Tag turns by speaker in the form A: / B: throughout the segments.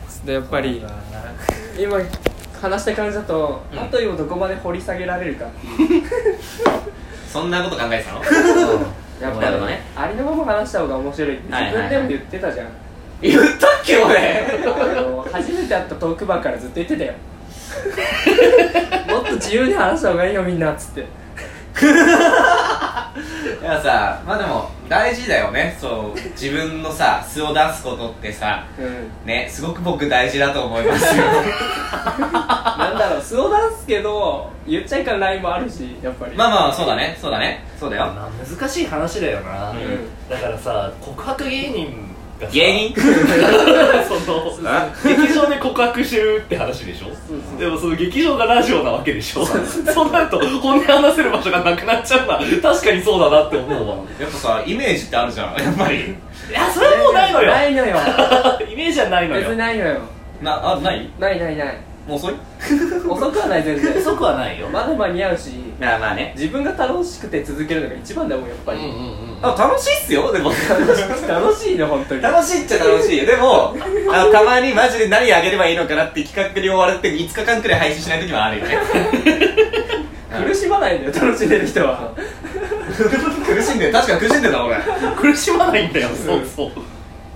A: ですでやっぱり今話した感じだと、
B: うん
A: あと今どこまで掘り下げられるかっていう
B: そんなこと考えてたの
A: やっぱ
B: な
A: り
B: るほどね
A: ありのまま話した方が面白いって
B: はいはい
A: 自
B: は
A: 分
B: い
A: でも言ってたじゃん、
B: 言ったっけ俺
A: あの初めて会ったトークバーからずっと言ってたよもっと自由に話した方がいいよみんなっつって
B: いやさまあでも大事だよねそう自分のさ素を出すことってさ
A: うん
B: ねすごく僕大事だと思います よ
A: なんだろう素を出すけど言っちゃいかんラインもあるしやっぱり
B: まあまあそうだねそうだねそうだよ
C: まあ難しい話だよな、
B: うん
C: だからさ告白芸人がさ
B: 芸人
C: その劇場で告白してるって話でしょ
A: そうそう
C: でもその劇場がラジオなわけでしょそうなると本音話せる場所がなくなっちゃうな確かにそうだなって思うわ
B: やっぱさイメージってあるじゃんやっぱり
C: いやそれはもうないのよ
A: ないのよ
C: イメージはないの
A: 別に
C: よ
A: ないのよ
B: なあない
A: ないないない
B: もう遅い
A: 遅くはない全 然
C: 遅くはないよ
A: まだ間に合うし
B: まあまあね
A: 自分が楽しくて続けるのが一番だもんやっぱり、
B: あ楽しいっすよでも
A: 楽しいね本当に
B: 楽しいっちゃ楽しいよでもあのたまにマジで何あげればいいのかなって企画に追われて5日間くらい配信しない時もあるよ ね
A: 苦しまないんだよ楽しんでる人は
B: 苦しんでる確かに苦しんでた俺
C: 苦しまないんだよそうそう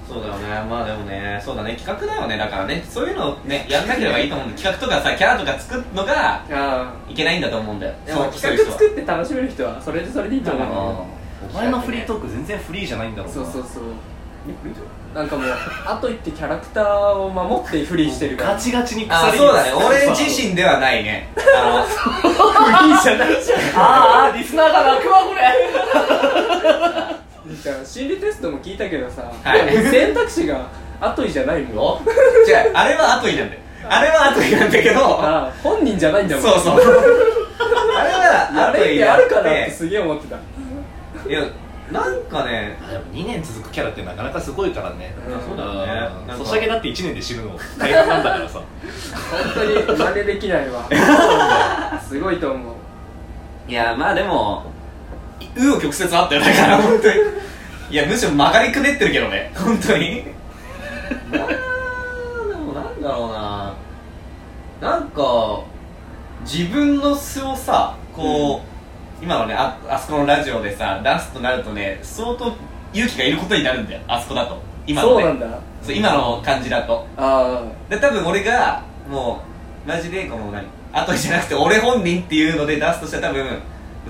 B: そうだよねまあでもねそうだね企画だよねだからねそういうのをねやんなければいいと思うんだ企画とかさキャラとか作るのが
A: あ
B: いけないんだと思うんだよ
A: あで
B: そ
A: も
B: う
A: 企
B: そう
A: 画作って楽しめる人はそれでそれでいいと思うよ
C: お前のフリートーク全然フリーじゃないんだろ
A: そうそうう
C: な
A: そうなんかもうあと言ってキャラクターを守ってフリーしてるから
C: ガチガチに
B: あ
C: 鎖に
B: そうだね俺自身ではないねあ
A: フリーじゃないじ ゃん
C: あーあーリスナーが泣くわこれ
A: だから心理テストも聞いたけどさ、
B: はい
A: 選択肢が後いじゃないもん
B: のじゃああれは後になんだよあれは後になんだけど
A: ああ本人じゃないんだもん
B: そうそうあれは
A: あ
B: 後
A: れっ
B: に
A: てあ
B: なっ
A: るかなって
B: て
A: すげえ思ってた
B: いやなんかね
C: でも2年続くキャラってなかなかすごいからね
A: うんそう
B: だよねなんか
C: ソシャゲだって1年で死ぬの大変なんだからさ
A: 本当に真似できない わすごいと思う
B: いやまあでも紆余曲折あったよだから本当にいやむしろ曲がりくねってるけどね本当にまあでもなんだろうななんか自分の素をさこう、今のねああそこのラジオでさ出すとなるとね相当勇気がいることになるんだよあそこだと今の
A: そう
B: ね
A: なんだあ
B: そう今の感じだと
A: あ
B: で多分俺がもうマジでこの何後じゃなくて俺本人っていうので出すとしたら多分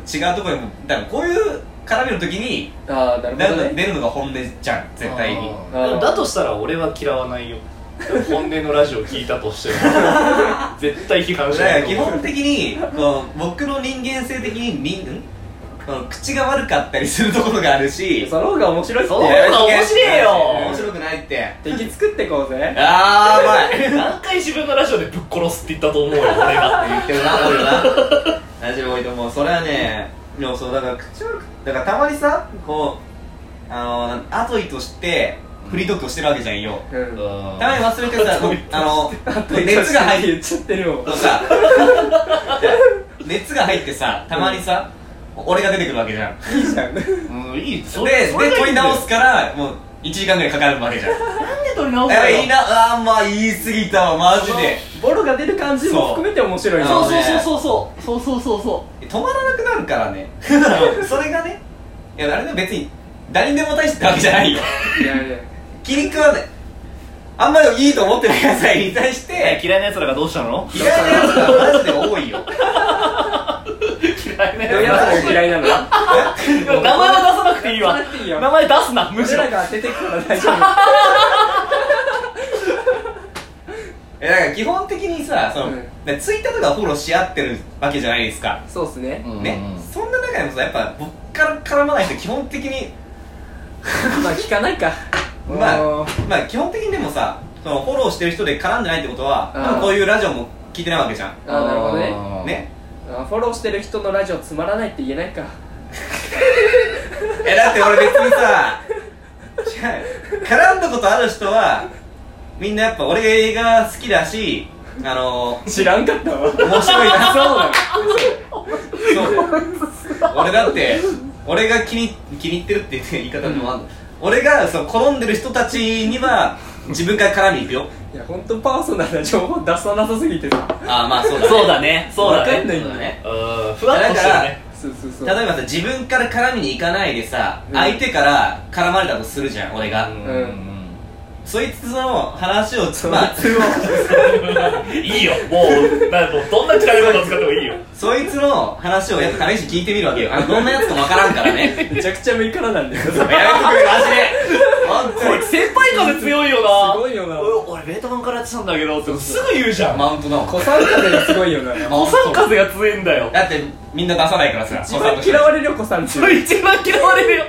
B: 違うところにも多分こういう絡みの時に
A: ああなる
B: 出
A: ほど
B: る
A: ね
B: 出るのが本音じゃん絶対に
C: あーでもだとしたら俺は嫌わないよ本音のラジオ聞いたとしても絶対批判
B: だ
C: し
B: か
C: な
B: ら
C: いと
B: 基
C: 思う
B: 本的にこう僕の人間性的に人んこの口が悪かったりするところがあるし
A: その方が面白いっ
C: そう
A: て
C: だ面白えよ
B: 面白くないって
A: 敵作ってこうぜ
B: ああうまい
C: 何回自分のラジオでぶっ殺すって言ったと思うよ俺が
B: 言ってもな俺な大丈夫多いと思うそれはねでもそうだから口悪くだからたまにさこうあのなん後いとしてフリートークをしてるわけじゃんよ
A: うん
B: たまに忘れてさ
C: 後追い
B: あの熱
A: 熱
B: が
A: が
B: 入
A: 入
B: っ
A: っちゃってるもん
B: とさ熱が入ってさたまにさ、俺が出てくるわけじゃん
A: いいじゃん
C: うんいいそ
B: でで
C: それがいい
B: 取り
C: んだよ
B: 直すからもう1時間ぐらいかかるわけじゃん
C: なんで取り直す
B: や
C: の
B: べいいなあーまあ言い過ぎたわマジで
A: ボロが出る感じも含めて面白いな
B: そう
C: そうそうそうそうそうそうそ
B: 止まらなくなるからね それがねいやあれでも別に誰にでも大してたわけじゃない よ
A: いやいや
B: 気に食わないあんまりいいと思ってないやつらに対し
C: うえ
B: て
C: 嫌いな奴らがどうしたの
B: 嫌いなやつがマジで多いよ
C: 嫌いな
A: どういうやつ
C: 奴ら
A: らが嫌いなの
C: でも名前は出さなくていいわ
A: 出さなくていいよ
C: 名前出すなむし
A: 俺ら
C: ろ
A: が出てくから大丈夫
B: えだから基本的にさその、
A: うん
B: ねツイッターとかフォローし合ってるわけじゃないですか
A: そうっすね
B: ね、そんな中でもさやっぱ僕から絡まない人基本的に
A: まあ聞かないか
B: ま
A: お
B: あ
A: ー
B: まあ基本的にでもさそのフォローしてる人で絡んでないってことは、
A: うん
B: 多分こういうラジオも聞いてないわけじゃん
A: あーなるほどね
B: ね
A: あフォローしてる人のラジオつまらないって言えないか
B: えだって俺別にさ違う絡んだことある人はみんなやっぱ俺が映画好きだしあの
A: 知らんかった わ
B: 面白いな
A: そうなの
B: そう俺だって俺が気に気に入ってるって言って言い方もあんの、俺がその転んでる人たちには自分から絡みに行くよ
A: いや本当パーソナルな情報出さなさすぎてさ
B: ああまあそうだ、ね、
C: そうだねそうだね
A: わかんないんだ
B: そうだね
C: うんふわっとしてるね
A: そうそうそう
B: 例えばさ自分から絡みに行かないでさ、
A: うん
B: 相手から絡まれたとするじゃん俺が、
A: ん
B: そいつの話をつまあ
A: 通話
C: うんいいよもうだもうどんな嫌いなこと使ってもいいよ
B: そいつの話をやっぱ試しに聞いてみるわけよあのどんなやつかわからんから ね
A: めちゃくちゃ目からなん だよ
B: やめてくれマジで本
C: こ
B: 当
C: い
B: に
C: つ先輩風強いよな
A: すごいよな
C: お俺ベータ版からやってたんだけどってすぐ言うじゃん
B: マウントだわ
A: 子さん風がすごい よな
B: マウ
C: お
B: ン
C: さん
B: ト
C: 風が強いんだよ
B: だってみんな出さないからさ
A: 一番嫌われるよ子さんって
C: それ一番嫌われるよ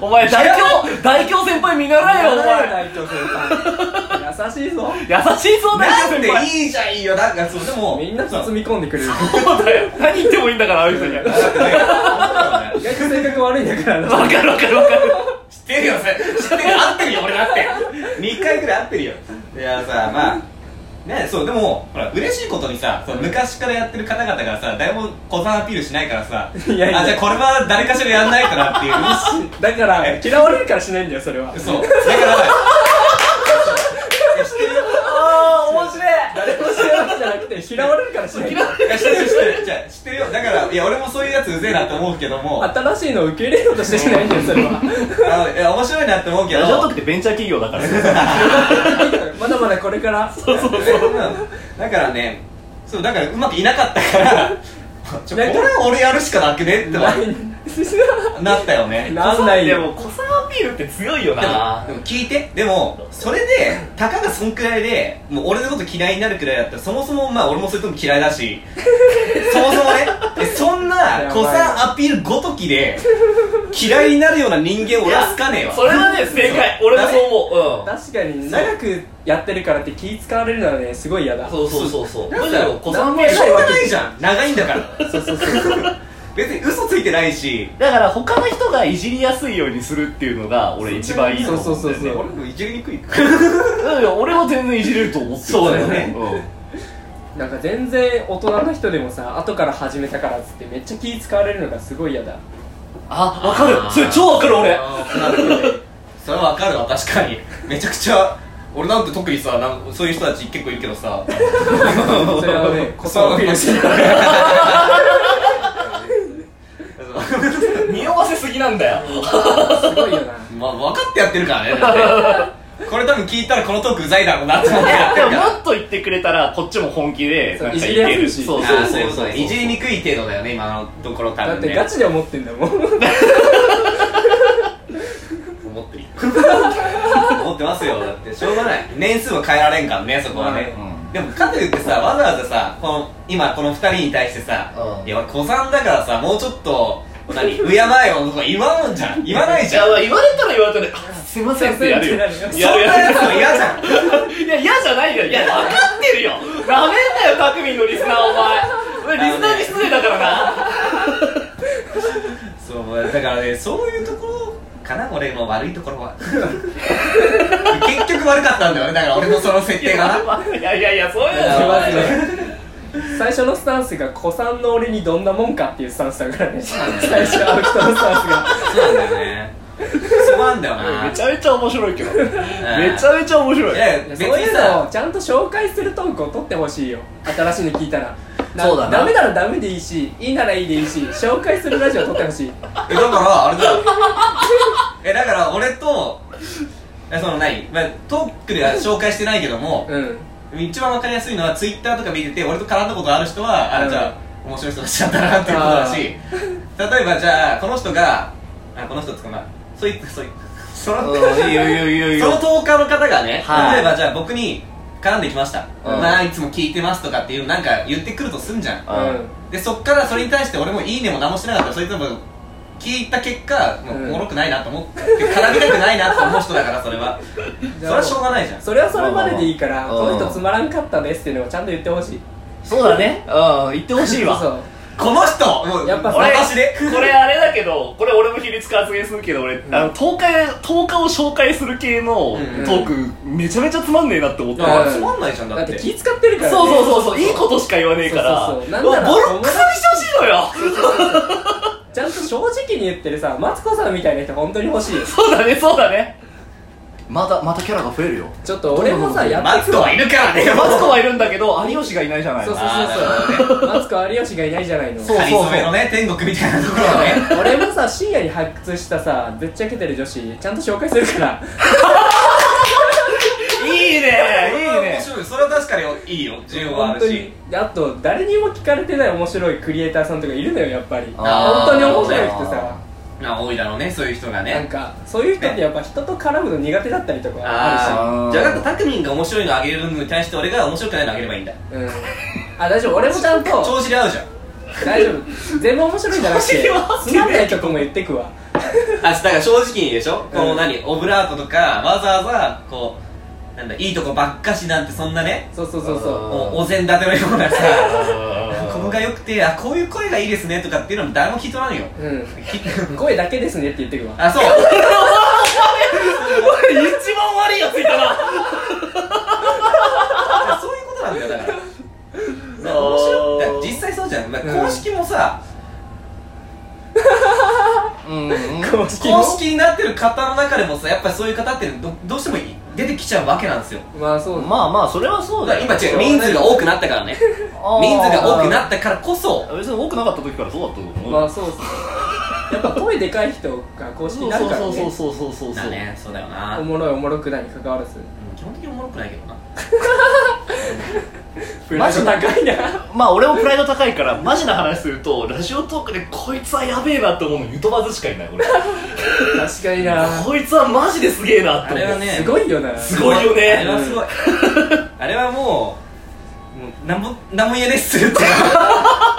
C: お前大京大京先輩見習えよお前
A: 内藤先輩優しいぞ
C: 優しいぞ大
B: な
C: 京
B: ん
C: 先
B: で
C: 輩
B: いいじゃんいいよなんかそうでも
A: みんな
B: そう
A: 包み込んでくれる
C: そうだよ何言ってもいいんだからあの人には
B: だってねそう
A: 意外と性格悪いんだからな
C: わかるわかるわかる
B: 知ってるよそれ知ってるよ合ってるよ俺だって3回ぐらい合ってるよいやさまあねそうでもほら嬉しいことにさその昔からやってる方々がさ誰も子さんアピールしないからさ
A: いやいや
B: あじゃあこれは誰かしらやんないかなっていう
A: だから嫌われるからしないんだよそれは
B: そうだからそう知ってるよ
C: ああ面白い
A: 誰も知らないじゃなくて嫌われるからしない
B: いや知ってる知ってるじゃあ知ってるよだからいや俺もそういうやつうぜえなと思うけどもあ
A: 新しいのを受け入れようとしてしないんだ よそれは
B: のいや面白いなって思うけど
C: ラジオトークってベンチャー企業だからね
A: ま だまだこれから
B: うんだからねそうだからうまくいなかったからちょこれは俺やるしかなくねってはなったよね
A: なんない
C: で
A: よ
C: も子さんアピールって強いよ
B: でも
C: な
B: でも聞いてでもそれでたかがそんくらいでもう俺のこと嫌いになるくらいだったらそもそもまあ俺もそういうとこ嫌いだしそもそもねえそんな子さんアピールごときで嫌いになるような人間俺は好かねえわ
C: それはね正解俺もそう思ううん
A: 確かに長くやってるからって気使われるのはねすごい嫌だ
C: そうそうそうそう
B: なん
C: むし
B: だろ
C: ろ
B: う
C: 子さんアピ
A: なん
C: ール
B: しょうがないじゃん長いんだから
A: そうそうそう
B: 別に嘘ついてないし
C: だから他の人がいじりやすいようにするっていうのが俺一番いいと思うんだよね
A: そうそうそうそう
B: 俺もいじりにくいから
C: だから俺は全然いじれると思ってる
B: そうだよね
C: う
A: なんか全然大人の人でもさ後から始めたからっつってめっちゃ気使われるのがすごい 嫌だ
C: んあわかるそれ超わかる俺
B: なるほどねそれはわかるわ確かにめちゃくちゃ俺なんて特にさなんそういう人たち結構いるけどさ
A: それはね子さんアピールしてるから
C: 匂わせすぎなんだよ
A: すごい よな
B: まあ分かってやってるからねだってこれ多分聞いたらこのトークうざいだろうなって思ってやって
C: で
B: る
C: も
B: から
C: もっと言ってくれたらこっちも本気で
A: そう
C: なんか
A: いじりやすい
C: ける
A: し
C: そう
B: あ
C: そう
B: ーそうい
C: そう
B: こ
C: う
B: と
C: そう
B: ねいじりにくい程度だよね今のところ多
A: だっ
B: 分ね
A: てガチで思ってんだもん
B: 思ってる 思ってますよだってしょうがない年数は変えられんからねそこはね、でもかといってさわざわざさこの今この2人に対してさ「
C: うん
B: いや俺子さんだからさもうちょっと何敬えよ」とか言わんもんじゃん言わないじゃん
C: いや言われたら言われたらあすいませんってやるよ
A: すいませんって
B: そんな
C: やるやる
B: やつも嫌じゃん
C: いや、嫌じゃないよ。いや、分かってるよ。なめんなよ、たくみんのリスナー、お前。リスナーに失礼だからな。
B: そうだからねそういうところかな俺の悪いところは 結局悪かったんだよねだから俺のその設定がない
C: やいやいや、そういうのじ
B: や
C: ゃ
B: ば
C: ないい
B: ね
C: よ。
A: 最初のスタンスが子さんの俺にどんなもんかっていうスタンスだからね最初 会う人のスタンスが
B: そうなんだよねそうなんだよな
C: めちゃめちゃ面白いけど。めち
B: ゃ
C: ゃめちゃ面白い。
B: いやい
A: い
B: や
A: や
B: 別
A: そうい
B: に
A: うのを
B: さ
A: ちゃんと紹介するトークを取ってほしいよ新しいの聞いたらな
C: そうだな
A: ダメならダメでいいしいいならいいでいいし紹介するラジオ取ってほしい
B: えだからあれだよえだから俺とえその何、まあ、トークでは紹介してないけども
A: うん
B: 一番わかりやすいのはツイッターとか見てて俺と絡んだことある人はあ
A: うん
B: じゃあ面白い人たちだったなっていうことだし例えばじゃあこの人があこの人つかまあそいつそいつその
C: うんいいよいいよいいよい い
B: その
C: よ。
B: トーカーの方がね、
C: はい
B: 例えばじゃあ僕に絡んできました、
C: うん
B: まあいつも聞いてますとかっていうのなんか言ってくるとすんじゃん
A: う
C: あ
A: ん
B: でそっからそれに対して俺も「いいね」も何もしてなかったらそいつも聞いた結果も
A: う
B: うんおもろくないなと思って絡みたくないなと思う人だからそれはそれはしょうがないじゃん
A: それはそれまででいいから
C: まあまあ
A: こ
C: まあ
A: の人つまらんかったですっていうのをちゃんと言ってほしい
C: そうだね。うん、言ってほしい
A: そ
C: わ。
A: う
B: この人もう
A: やっぱ
C: 俺
B: 私で
C: これあれだけど、これ俺も秘密発言するけど、俺、あの、10日、10日を紹介する系の
B: うん
C: トーク、めちゃめちゃつまんねえなって思っ
B: い
C: た
A: うん
B: やつまんないじゃんだ
A: だ
B: っ
A: ってて気使ってるからね
C: そうそうそうそういいことしか言わねえから
A: そうそうそうなん
C: う
A: な
C: わ
A: ら
C: ボロックソにしてほしいのよ
A: ちゃんと正直に言ってるさマツコさんみたいな人本当に欲しいよ
C: そうだねそうだね
D: またまたキャラが増えるよ
A: ちょっと俺もさや
B: マ
A: って
B: ツコはいるからね
C: マツコはいるんだけど有吉がいないじゃない
A: そうそう
B: あーなる
A: そ
B: ほ
A: うそうマツコ有吉がいないじゃないの
C: そう
B: カリスメのね天国みたいなところをね
A: 俺もさ深夜に発掘したさぶっちゃけてる女子ちゃんと紹介するから
C: いいねいい
B: 面
C: ね
B: 白いそれは確かにいいよ需要はあ
A: 本
B: る
A: 当
B: し
A: にであと誰にも聞かれてない面白いクリエイターさんとかいるのよやっぱり
B: あ
A: 本
B: ー
A: 当に面白い人さ
B: まあ多いだろうねそういう人が
A: なん
B: ね
A: かそういう人ってやっぱ人と絡むの苦手だったりとかあ
B: あ
D: あ
B: あ
D: ー
B: じゃあなんかたくみんが面白いのあげるのに対して俺が面白くないのあげればいいんだ
A: るしうんあ大丈夫俺もちゃんと
B: 調子で合うじゃん
A: 大丈夫全部面白いんじゃなくてつまんない曲も言ってくわ
B: あだから正直にでしょ、こ
A: う
B: の
A: ん
B: 何オブラートとかわざわざこうなんだいいとこばっかしなんてそんなね
A: そうそうそうそ
B: もうお膳立てのようなさここ
C: こ
B: が良くてあこういう声がいいですねとかっていうのも誰も聞いとらんよ
A: ううん声だけですねって言ってくわ
B: あそう
C: 一番悪いやついたな
B: そういうことなんだよだからだから面白いだから実際そうじゃん、まあ、
A: うん
B: 公式もさ、
D: うんうん
A: 公式の
B: 公式になってる方の中でもさやっぱりそういう方ってどどうしてもい出てきちゃうわけなんですよ
A: まあそう
D: まあまあそれはそう
B: だ
D: だ
B: か
D: よ
B: ら今違う人数が多くなったからね人数が多くな
D: っ
B: ったからこそ
D: 別に多くなかった時からそうだったと思う
A: まあ
D: よ
A: そうそうやっぱ声でかい人が公式
D: そ
A: に
D: う
A: なるから
D: そうそう
A: ね
D: そうそうそうそ
B: だ
D: う
B: ねそうだよな
A: おもろいおもろくないに関わらず
B: うん基本的におもろくないけどな
A: マジ高いな
C: まあ俺もプライド高いからマジな話するとラジオトークでこいつはやべえなって思うのゆとばずしかいない俺
A: 確かにな
C: こいつはマジですげえなって
B: あれ
C: 思
B: は
C: う
B: ね
A: すごいよな
C: すごいよ
B: あ
C: ね
B: れは すごいあれはもうもうなんもなんも言えないっすって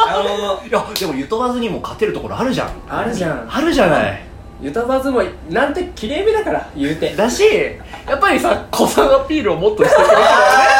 B: あの
D: いやでもゆとわずにも勝てるところあるじゃん
A: あるじゃん
D: あるじゃない
A: ゆたばずもなんてきれいめだから言うて
D: だしやっぱりさ
C: 子さんアピールをもっとしてくれる
D: あ